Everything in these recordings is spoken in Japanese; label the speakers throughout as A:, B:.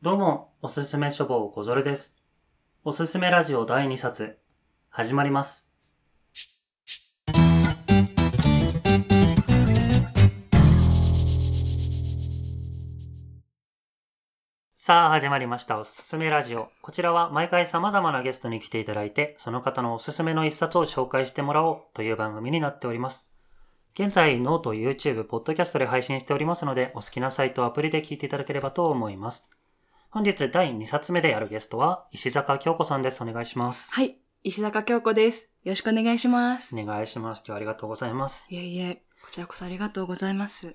A: どうも、おすすめ書房ごぞるです。おすすめラジオ第2冊、始まります。さあ、始まりました。おすすめラジオ。こちらは毎回様々なゲストに来ていただいて、その方のおすすめの一冊を紹介してもらおうという番組になっております。現在、ノート、YouTube、ポッドキャストで配信しておりますので、お好きなサイト、アプリで聞いていただければと思います。本日第2冊目でやるゲストは石坂京子さんです。お願いします。
B: はい、石坂京子です。よろしくお願いします。
A: お願いします。今日はありがとうございます。
B: いえいえ、こちらこそありがとうございます。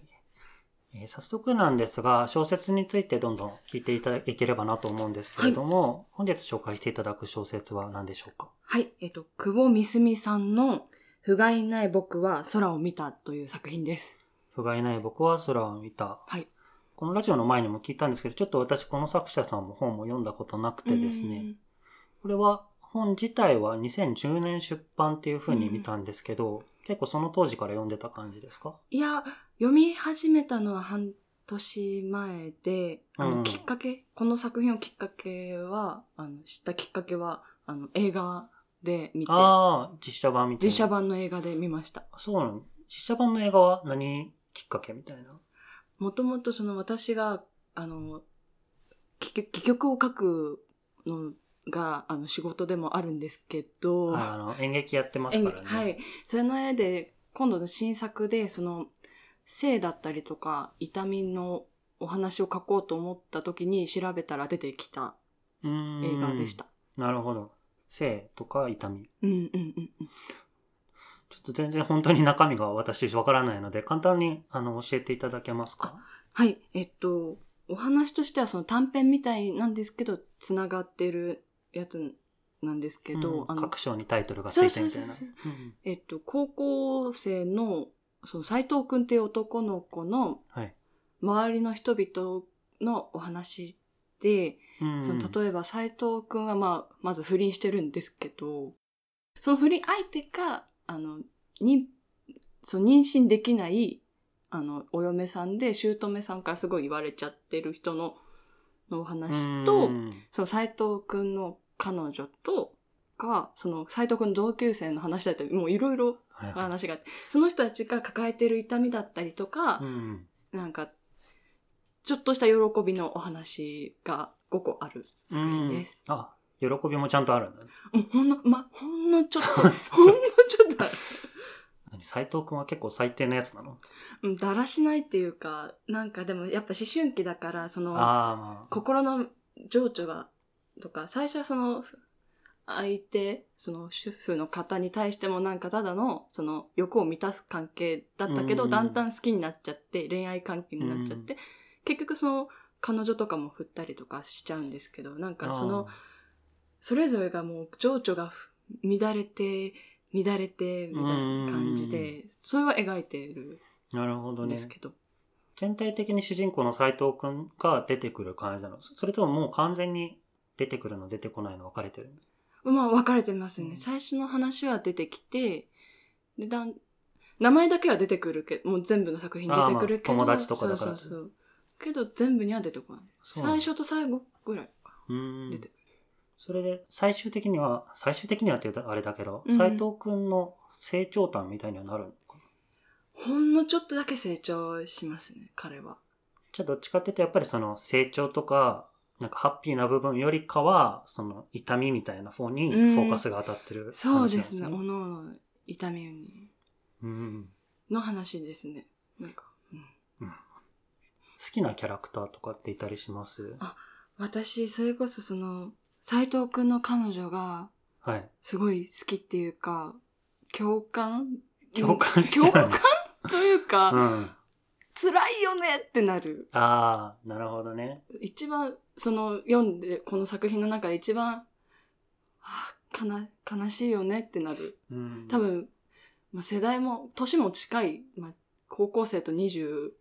A: えー早速なんですが、小説についてどんどん聞いていただければなと思うんですけれども、本日紹介していただく小説は何でしょうか
B: はい、えっと、久保みすみさんの不甲斐ない僕は空を見たという作品です。
A: 不甲斐ない僕は空を見た。
B: はい
A: このラジオの前にも聞いたんですけど、ちょっと私この作者さんも本も読んだことなくてです
B: う
A: ね、
B: ん。
A: これは本自体は2010年出版っていう風に見たんですけど、結構その当時から読んでた感じですか
B: いや、読み始めたのは半年前で、あの、
A: うん
B: きっかけ、この作品をきっかけは、あの、知ったきっかけは、あの、映画で見て、
A: ああ、実写版みたいな。
B: 実写版の映画で見ました。
A: そうなの実写版の映画は何きっかけみたいな。
B: もともとその私が、あの、戯戯曲を書くのが、あの、仕事でもあるんですけど、
A: あの演劇やってます
B: 演
A: からね。
B: はい。それの絵で、今度の新作で、その、性だったりとか、痛みのお話を書こうと思った時に調べたら出てきた
A: うーん
B: 映画でし。た。
A: なるほど。性とか痛み。
B: うんうんうんうん。
A: ちょっと全然本当に中身が私わからないので、簡単にあの教えていただけますか
B: はい。えっと、お話としてはその短編みたいなんですけど、つながってるやつなんですけど、
A: うん
B: あの
A: 各章にタイトルがついてみたいな
B: そうそうそう。
A: うん
B: えっと、高校生の、その斎藤くんっていう男の子の、
A: はい
B: 周りの人々のお話で、
A: うん
B: その例えば斎藤くんは、まあ、まず不倫してるんですけど、その不倫相手が、あの、妊その妊娠できない、あの、お嫁さんで、姑さんからすごい言われちゃってる人の、のお話
A: う
B: と、
A: ん
B: その斎藤くんの彼女と、が、その斎藤くんの同級生の話だったり、もういろいろ
A: はいはい
B: 話があって、その人たちが抱えてる痛みだったりとか
A: う、ん
B: なんか、ちょっとした喜びのお話が5個ある作品です。
A: うんあ、喜びもちゃんとあるんだね。
B: うん、ほんの、ま、ほんのちょっと、 ほんのちょっとある、
A: 斎藤くんは結構最低なやつなの
B: うん、だらしないっていうか、なんかでもやっぱ思春期だから、その、
A: ああ、まあ。
B: 心の情緒がとか最初はその相手その主婦の方に対してもなんかただのその欲を満たす関係だったけど、
A: うん
B: だんだん好きになっちゃって恋愛関係になっちゃって、結局その彼女とかも振ったりとかしちゃうんですけどなんかそのそれぞれがもう情緒が乱れて乱れてみたいな感じ
A: うんう
B: でそれは描いてる
A: あーなるほど
B: ん
A: ね
B: で。すけど。
A: 全体的に主人公の斎藤くんが出てくる感じなのそそれとももう完全に出てくるの出てこないの分かれてるの
B: まあ、分かれてますね。
A: うん
B: 最初の話は出てきて、でだん名前だけは出てくるけど、もう全部の作品出てくるけど、
A: あーまあ友達とかだから
B: そうそうそう。けど、全部には出てこない。
A: そうなの
B: 最初と最後ぐらい。
A: うーん
B: 出てく
A: それで最終的には最終的にはって言うとあれだけど
B: うん
A: 斎、藤くんの成長譚みたいにはなるのかな
B: ほんのちょっとだけ成長しますね、彼は。
A: じゃあどっちかっていうとやっぱりその成長とかなんかハッピーな部分よりかはその痛みみたいな方にフ
B: うん
A: ォーカスが当たってる話
B: そ
A: なん
B: う
A: ですね
B: で、すね、おのおの痛みに
A: うん
B: の話ですね。なんか、うん
A: 好きなキャラクターとかっていたりします
B: あ私、それこそその、斎藤くんの彼女が、
A: はい
B: すごい好きっていうか、共感
A: 共感してな
B: 共
A: い
B: 感 というか、
A: うん
B: 辛いよねってなる。
A: ああ、なるほどね。
B: 一番、その、読んで、この作品の中で一番、あーかな、悲しいよねってなる。
A: うん、
B: 多分、まあ、世代も、年も近い、まあ、高校生と25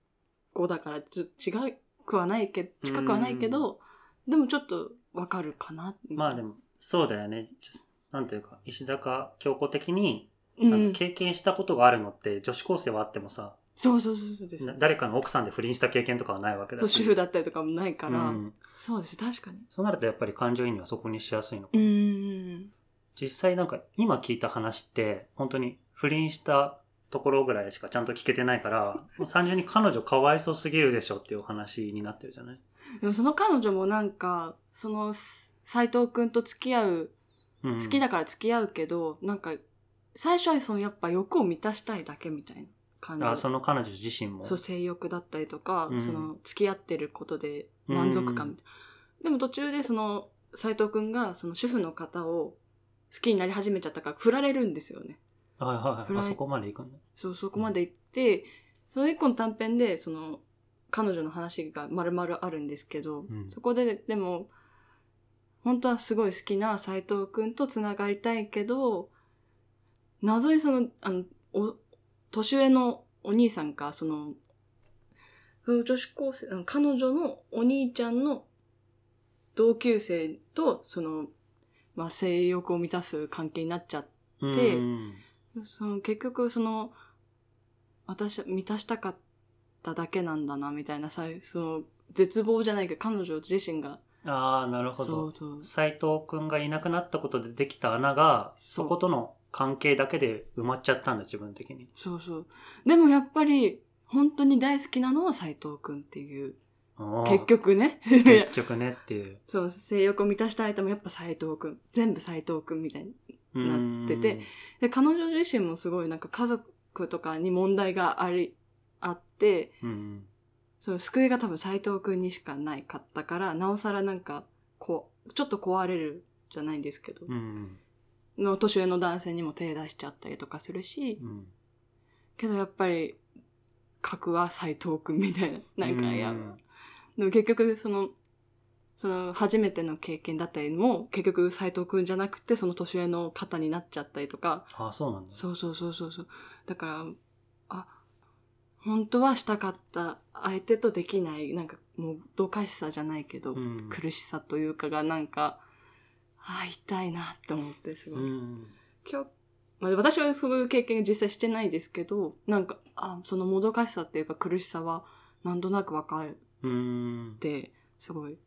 B: だから、ちょ違くはないけ、近くはないけど、でもちょっとわかるかな。
A: まあでも、そうだよね。ちょなんというか、石坂京子的に、
B: う
A: あの
B: ん、
A: 経験したことがあるのって、女子高生はあってもさ、
B: そうそうそうそうです。
A: な誰かの奥さんで不倫した経験とかはないわけだし。
B: 主婦だったりとかもないから、
A: うん。
B: そうです、確かに。
A: そうなるとやっぱり感情移入はそこにしやすいのか
B: うーん。
A: 実際なんか今聞いた話って本当に不倫したところぐらいしかちゃんと聞けてない から、もう単純に彼女かわいそうすぎるでしょっていうお話になってるじゃない
B: でもその彼女もなんか、その、斎藤くんと付き合う、
A: うん。
B: 好きだから付き合うけど、なんか、最初はそのやっぱ欲を満たしたいだけみたいな感じ。
A: あ、その彼女自身も。
B: そう性欲だったりとか、
A: うん
B: その付き合ってることで満足感みたいな、でも途中でその斉藤くんがその主婦の方を好きになり始めちゃったから振られるんですよね
A: はいはい
B: フ
A: は
B: ラ
A: い。あ
B: イ
A: そこまで行くんだ。
B: そうそこまで行って、その一個の短編でその彼女の話が丸々あるんですけど、
A: うん
B: そこででも本当はすごい好きな斉藤くんとつながりたいけど謎にそのあのお年上のお兄さんかその女子高生あの彼女のお兄ちゃんの同級生とその、まあ、性欲を満たす関係になっちゃって。で
A: うん
B: その結局その私は満たしたかっただけなんだなみたいなさその絶望じゃないけど彼女自身が
A: ああ、なるほ
B: そ
A: ど
B: う。そう
A: 斎藤くんがいなくなったことでできた穴が、
B: そう
A: そことの関係だけで埋まっちゃったんだ、自分的に。
B: そうそうでもやっぱり本当に大好きなのは斎藤君っていう
A: あー
B: 結。局ね
A: 結局ねっていう。
B: その性欲を満たした相手もやっぱ斎藤君全部斎藤君みたいな
A: うん
B: なってて。で彼女自身もすごいなんか家族とかに問題がありあって
A: うん。
B: その救いが多分斎藤くんにしかないかったから、なおさらなんか、こう、ちょっと壊れるじゃないんですけど、
A: うん。
B: の年上の男性にも手出しちゃったりとかするし、
A: うん。
B: けどやっぱり、格は斎藤くんみたいな、なんか
A: うん
B: や、でも結局その、その初めての経験だったりも、結局斎藤くんじゃなくてその年上の方になっちゃったりとか、
A: ああ、そうなんだ。
B: そうそうそうそうそう。だから、あ、本当はしたかった相手とできない、なんかもうどかしさじゃないけど、
A: うん
B: 苦しさというかがなんか、あ痛いなって思ってすごい。
A: うん。
B: 今日、まあ、私はそういう経験実際してないですけど、なんか、あ、そのもどかしさっていうか苦しさはなんとなくわかる
A: うん
B: っ。て、すごい、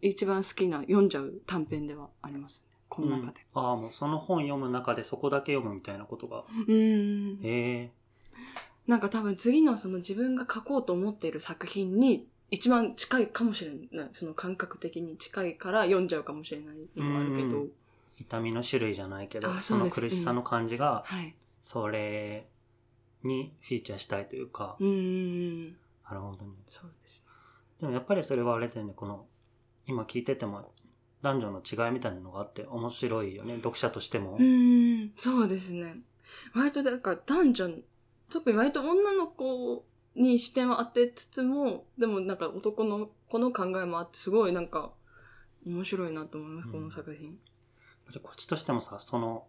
B: 一番好きな読んじゃう短編ではありますね。この中で。
A: うんああ、もうその本読む中でそこだけ読むみたいなことが。
B: うーん
A: ええ
B: なんか多分次のその自分が書こうと思っている作品に一番近いかもしれない。その感覚的に近いから読んじゃうかもしれないのはあるけ
A: うんう
B: ど
A: ん。痛みの種類じゃないけど、
B: あ
A: そ
B: そう
A: の
B: です
A: 苦しさの感じが、
B: はい。
A: それにフィーチャーしたいというか、
B: うんうんうん。
A: なるほどね。
B: そうですね。
A: でもやっぱりそれはあれだよね、この、今聞いてても、男女の違いみたいなのがあって面白いよね、読者としても。
B: うんうん。そうですね。割とだから男女、特に割と女の子に視点を当てつつも、でもなんか男の子の考えもあって、すごいなんか面白いなと思います、
A: うん
B: この作品。
A: やっぱりこっちとしてもさ、その、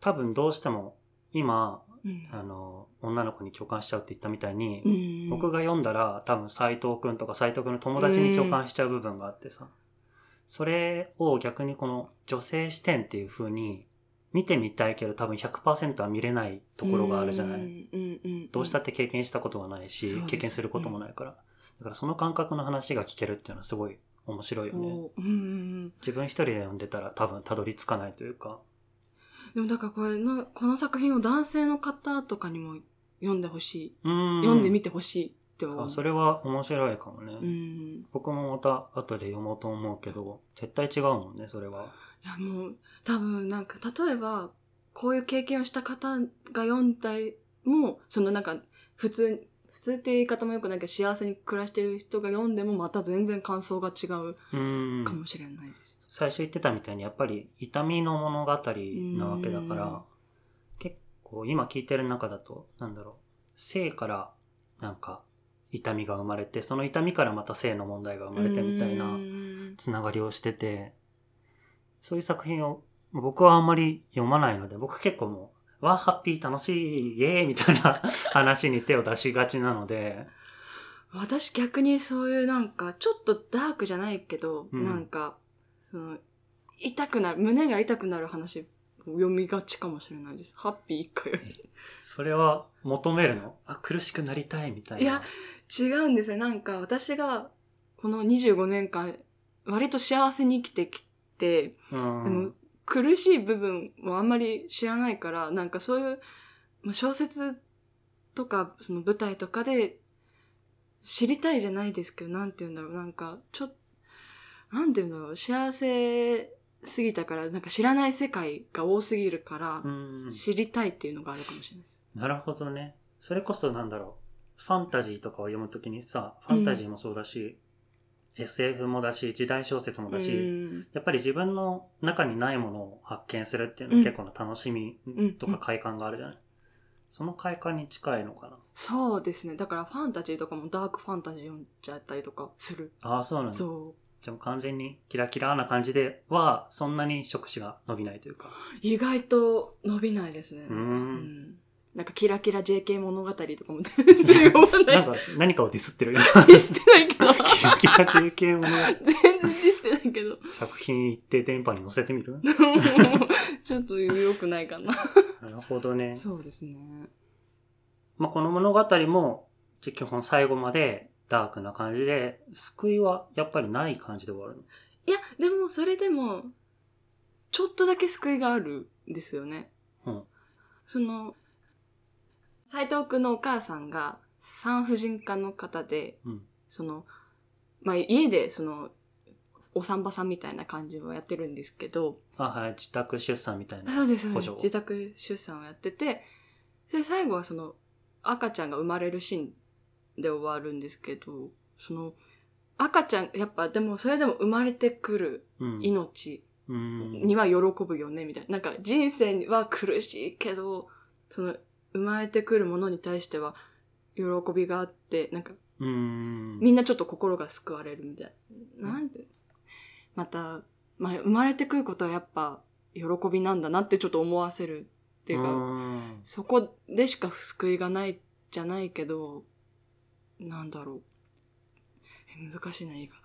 A: 多分どうしても、今、
B: うん
A: あの、女の子に共感しちゃうって言ったみたいに、
B: うん
A: 僕が読んだら多分斎藤くんとか斎藤くんの友達に共感しちゃう部分があってさ、それを逆にこの女性視点っていう風に見てみたいけど多分100%は見れないところがあるじゃない、
B: うんうんうんん。
A: どうしたって経験したことがないし、
B: そうです
A: 経験することもないから、だからその感覚の話が聞けるっていうのはすごい面白いよね
B: おうんうんうん。
A: 自分一人で読んでたら多分たどり着かないというか
B: でもだからこれの、この作品を男性の方とかにも読んでほしい。
A: うん
B: 読んでみてほしいって思う。
A: あそれは面白いかもね、
B: うん。い
A: 僕もまた後で読もうと思うけど絶対違うもんねそれは
B: やもう、多分なんか、例えば、こういう経験をした方が読んだりも、そのなんか、普通、普通って言い方もよくないけど、幸せに暮らしてる人が読んでも、また全然感想が違う
A: うん
B: かもしれないです。
A: 最初言ってたみたいにやっぱり痛みの物語なわけだか
B: うん
A: ら結構今聞いてる中だとなんだろう性からなんか痛みが生まれてその痛みからまた性の問題が生まれてみたいな
B: うん
A: つながりをしててそういう作品を僕はあんまり読まないので僕結構もう「わーハッピー楽しいイエーイ!」みたいな 話に手を出しがちなので
B: 私逆にそういうなんかちょっとダークじゃないけど、
A: うん
B: なんかその痛くなる胸が痛くなる話読みがちかもしれないです。ハッピー一家より。
A: それは求めるのあ、苦しくなりたいみたいな。
B: いや違うんですよ。なんか私がこの25年間、割と幸せに生きてきて、
A: う
B: でも
A: ん。
B: 苦しい部分をあんまり知らないから、なんかそういう、まあ、小説とか、その舞台とかで知りたいじゃないですけど、なんて言うんだろう、なんか、ちょっと、なんて言うんだろう、幸せすぎたから、なんか知らない世界が多すぎるから
A: う、ん。
B: 知りたいっていうのがあるかもしれないです。
A: なるほどね。それこそなんだろう。ファンタジーとかを読むときにさ、ファンタジーもそうだし、SF もだし、時代小説もだし、
B: うん
A: やっぱり自分の中にないものを発見するっていうのは結構な楽しみと
B: うんう
A: か
B: ん
A: 快感があるじゃない、その快感に近いのかな。
B: そうですね。だからファンタジーとかもダークファンタジー読んじゃったりとかする。
A: ああ、そうなんだ。
B: そう。
A: じゃあ完全にキラキラな感じでは、そんなに触手が伸びないというか。
B: 意外と伸びないですね。
A: うーん
B: うんなんかキラキラ JK 物語とかも全然読まな
A: なん
B: い。
A: か何かをディスってるよ。
B: ディスってないけど。
A: キラ キラ JK もの
B: 全然ディスってないけど。
A: 作品一定電波に乗せてみる
B: もうちょっと良くないかな。
A: なるほどね。
B: そうですね。
A: まあ、この物語も、じゃあ基本最後までダークな感じで、救いはやっぱりない感じで終わるの。
B: いや、でもそれでも、ちょっとだけ救いがあるんですよね。
A: うん
B: その、斎藤くんのお母さんが産婦人科の方で、
A: うん
B: その、まあ、家でその、お産婆さんみたいな感じをやってるんですけど、
A: あ、はい、自宅出産みたい な。
B: そうです、そう
A: 補
B: です。
A: 助
B: 自宅出産をやってて、で、最後はその、赤ちゃんが生まれるシーンで終わるんですけど、その、赤ちゃん、やっぱでもそれでも生まれてくる
A: うん。
B: 命
A: うん。
B: には喜ぶよね、みたいな。なんか人生は苦しいけど、その、生まれてくるものに対しては、喜びがあって、なんか、
A: うん。
B: みんなちょっと心が救われるみたいな。
A: うん
B: なんていうんですかまた、まあ、生まれてくることはやっぱ、喜びなんだなってちょっと思わせるっていうか、
A: うん
B: そこでしか救いがないじゃないけど、なんだろう。え難しいな、言い方が。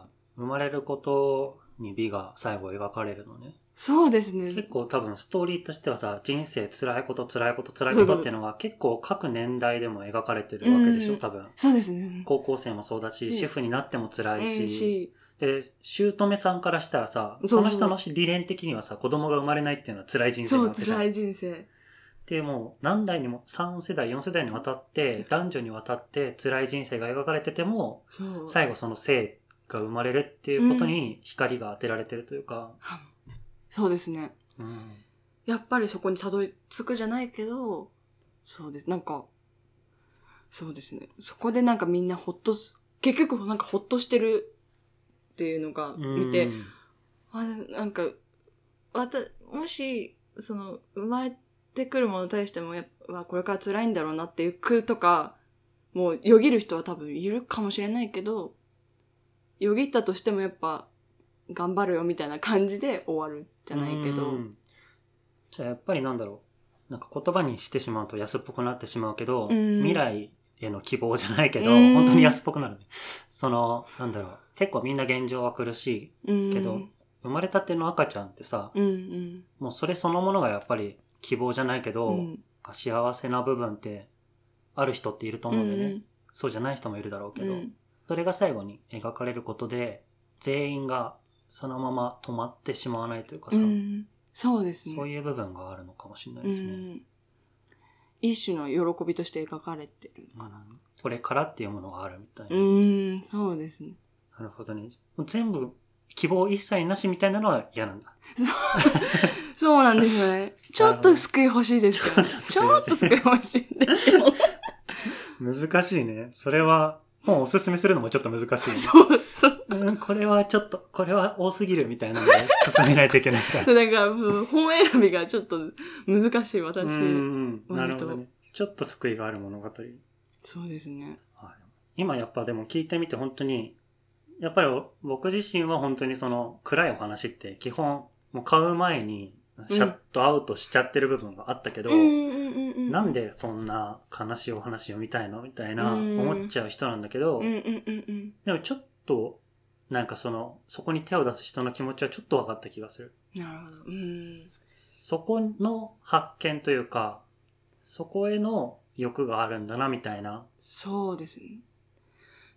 A: あ生まれることに美が最後描かれるのね。
B: そうですね。
A: 結構多分ストーリーとしてはさ、人生辛いこと辛いこと辛いことっていうのが結構各年代でも描かれてるわけでし
B: う
A: ょ、
B: ん
A: 多分。
B: そうですね。
A: 高校生もそうだし、
B: うん
A: 主婦になっても辛
B: う
A: いし、
B: んし
A: で、姑さんからしたらさ、
B: そうそ
A: そうの人の理念的にはさ、子供が生まれないっていうのは辛い人生な
B: そ
A: わ
B: う、
A: けじゃん
B: 辛い人生。
A: でもう何代にも3世代4世代にわたって男女にわたって辛い人生が描かれてても
B: そう。
A: 最後その性が生まれるっていうことに光が当てられてるというか、
B: あそうですね。
A: うん
B: やっぱりそこにたどり着くじゃないけど、そうです。なんか、そうですね。そこでなんかみんなほっとす、結局なんかほっとしてるっていうのが見て、
A: うん
B: あなんか、わた、もし、その、生まれてくるものに対しても、やっぱ、これから辛いんだろうなっていう苦とか、もう、よぎる人は多分いるかもしれないけど、よぎったとしてもやっぱ、頑張るよみたいな感じで終わるじゃないけど、
A: うんじゃあやっぱりなんだろうなんか言葉にしてしまうと安っぽくなってしまうけど、
B: うん
A: 未来への希望じゃないけど、
B: うん
A: 本当に安っぽくなるねそのなんだろう結構みんな現状は苦し
B: うん
A: いけど、生まれたての赤ちゃんってさ、
B: うんうん。
A: もうそれそのものがやっぱり希望じゃないけど、
B: うん
A: 幸せな部分ってある人っていると思うんだよね、そうじゃない人もいるだろうけど、
B: うん
A: それが最後に描かれることで全員がそのまま止まってしまわないというかさ、
B: うんそうですね。
A: そういう部分があるのかもしれないですね、
B: うん一種の喜びとして描かれてるのかな。
A: うんこれからっていうものがあるみたいな、
B: うん、そうですね。
A: なるほどね全部希望一切なしみたいなのは嫌なんだ
B: そうなんですよね。ちょっと救い欲しいですよね。ち
A: ち
B: ょ
A: ょ
B: っ
A: っ
B: と
A: と
B: 救
A: 救
B: い欲しいんですよ。
A: 難しいねそれは本をおすすめするのもちょっと難しい、ね、
B: そう、そう。
A: うん、これはちょっと、これは多すぎるみたいなので、進めないといけない から。
B: だから、うん本選びがちょっと難しい、私
A: う。んうん、なるほど
B: 割
A: ね。ちょっと救いがある物語。はい
B: そうですね。
A: 今やっぱでも聞いてみて本当に、やっぱり僕自身は本当にその暗いお話って基本、もう買う前にシャットアウトしちゃってる部分があったけど、
B: うんう
A: なんでそんな悲しいお話読みたいのみたいな
B: うん
A: 思っちゃう人なんだけど、
B: うんうんうんうん。
A: でもちょっとなんかその、そこに手を出す人の気持ちはちょっと分かった気がする。
B: なるほど。うん。
A: そこの発見というか、そこへの欲があるんだな、みたいな。
B: そうですね。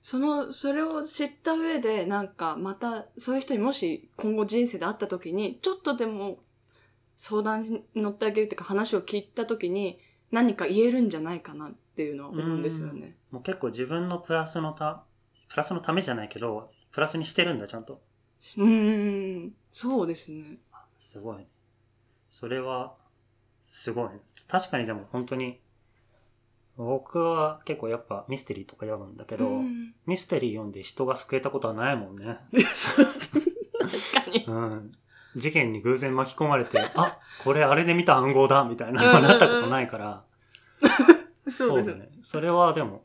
B: その、それを知った上で、なんか、また、そういう人にもし今後人生で会った時に、ちょっとでも相談に乗ってあげるっていうか話を聞いた時に、何か言えるんじゃないかなっていうのは思うんですよね。
A: もう結構自分のプラスのた、プラスのためじゃないけど、プラスにしてるんだ、ちゃんと。
B: うーん。そうですね。
A: すごいね。それは、すごいね。確かにでも本当に、僕は結構やっぱミステリーとか読むんだけど、
B: うん
A: ミステリー読んで人が救えたことはないもんね。
B: いやそう確かに。
A: うん。事件に偶然巻き込まれ て、あ、これあれで見た暗号だ、みたいな
B: うんうんうん
A: なったことないから、
B: そ
A: だ
B: うですね。
A: ね。それはでも、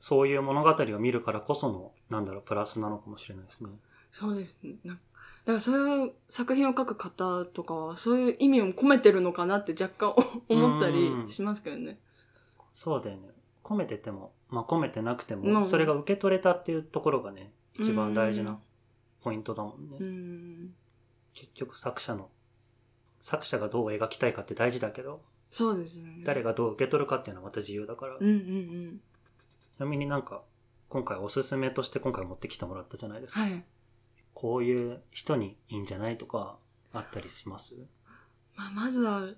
A: そういう物語を見るからこその、なんだろう、プラスなのかもしれないですね。
B: そうですね。なんかだからそういう作品を書く方とかは、そういう意味を込めてるのかなって若干お思ったりしますけどね。
A: そうだよね。込めてても、まあ込めてなくて
B: まあ
A: も、それが受け取れたっていうところがね、一番大事なポイントだもんね。
B: うん。
A: 結局作者の、作者がどう描きたいかって大事だけど、
B: そうですね。
A: 誰がどう受け取るかっていうのはまた自由だから。
B: うんうんうん。
A: ちなみになんか、今回おすすめとして今回持ってきてもらったじゃないですか。
B: はい。
A: こういう人にいいんじゃないとか、あったりします
B: まあ、まずは、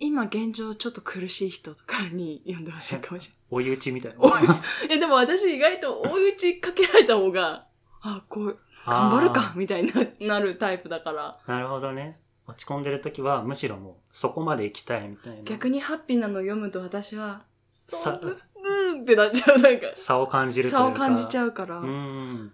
B: 今現状ちょっと苦しい人とかに読んでほしいかもし
A: 追い打ちみたいな。
B: 追いれ ない。え、でも私意外と追い打ちかけられた方が、あ、こう、頑張るかみたいな、なるタイプだから、
A: あー。なるほどね。落ち込んでる時は、むしろもう、そこまで行きたいみたいな。
B: 逆にハッピーなの読むと私は、
A: さ
B: そううんってなっちゃう、なんか。
A: 差を感じるという
B: 差
A: か。
B: を感じち
A: う。
B: ゃうから、
A: うん。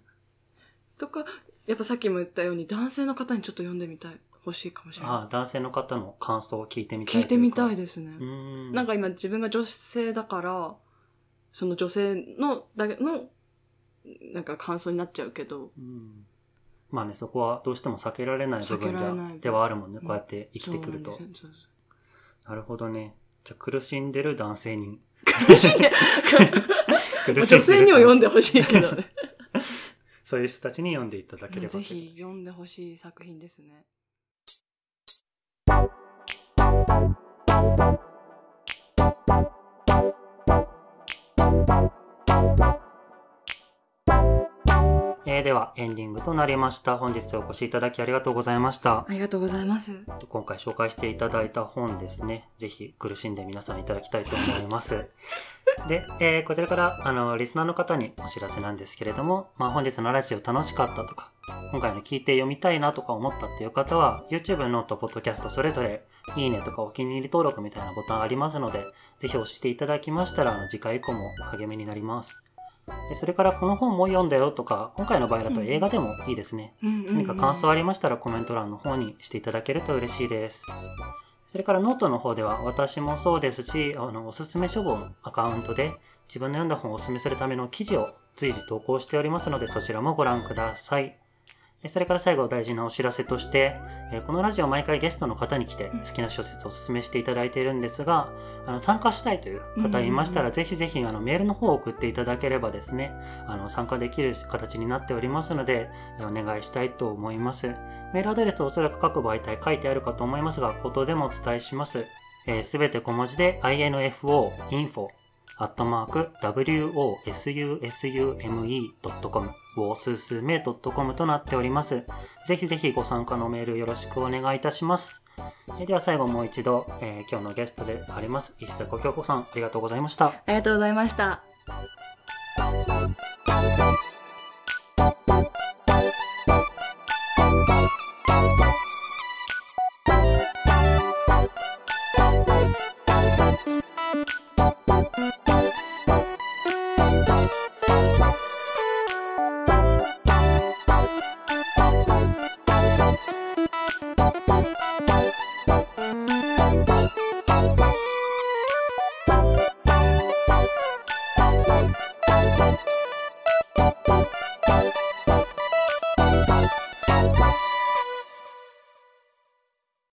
B: とかやっぱさっきも言ったように男性の方にちょっと読んでみたい欲しいかもしれ
A: あ
B: な
A: あ、男性の方の感想を聞いてみ
B: い
A: たい
B: 聞いてみたい
A: で
B: ですね、
A: うん。
B: なんか今自分が女性だからその女性のだけのなんか感想になっちゃうけど
A: うんまあね、そこはどうしても避けられない部分
B: 避け
A: じ
B: られない
A: ゃではあるもんね、
B: うん
A: こうやって生きてくると。
B: そうなんですよそうそう
A: なるほどね。じゃあ苦しんでる男性に。
B: 苦しいね
A: 苦しんでる
B: 女性にも読んでほしいけどね
A: そういう人たちに読んでいただければと
B: ぜひ読んでほしい作品ですね
A: えーでは、エンディングとなりました。本日お越しいただきありがとうございました。
B: ありがとうございます
A: 今回紹介していただいた本ですね。ぜひ苦しんで皆さんいただきたいと思います。 で、えーこちらから、あの、リスナーの方にお知らせなんですけれども、まあ、本日のラジオ楽しかったとか、今回の聞いて読みたいなとか思ったっていう方は、YouTube、ノート、ポッドキャストそれぞれ、いいねとかお気に入り登録みたいなボタンありますので、ぜひ押していただきましたら、あの、次回以降も励みになります。でそれから、この本も読んだよとか、今回の場合だと映画でもいいですね。何か
B: 何
A: 感想あ
B: り
A: りましたらコメント欄の方にしていただけると嬉しいです。それからノートの方では私もそうですし、あの、おすすめ書房のアカウントで自分の読んだ本をおすすめするための記事を随時投稿しておりますのでそちらもご覧ください。えそれから最後大事なお知らせとして、えーこのラジオ毎回ゲストの方に来て
B: うん
A: 好きな小説をおすすめしていただいているんですが、あの参加したいという方いました
B: うんうんう
A: ら、ぜひぜひあのメールの方を送っていただければですね、あの参加できる形になっておりますので、えお願いしたいと思います。メールアドレスはおそらく各媒体書いてあるかと思いますが、口頭でもお伝えします。す、え、べ、て小文字で info info アットマーク wosusume.com をすすめ .com となっております。ぜひぜひご参加のメールよろしくお願いいたします。えでは最後もう一度、えー今日のゲストであります石田小京子さんありがとうございました。
B: ありがとうございました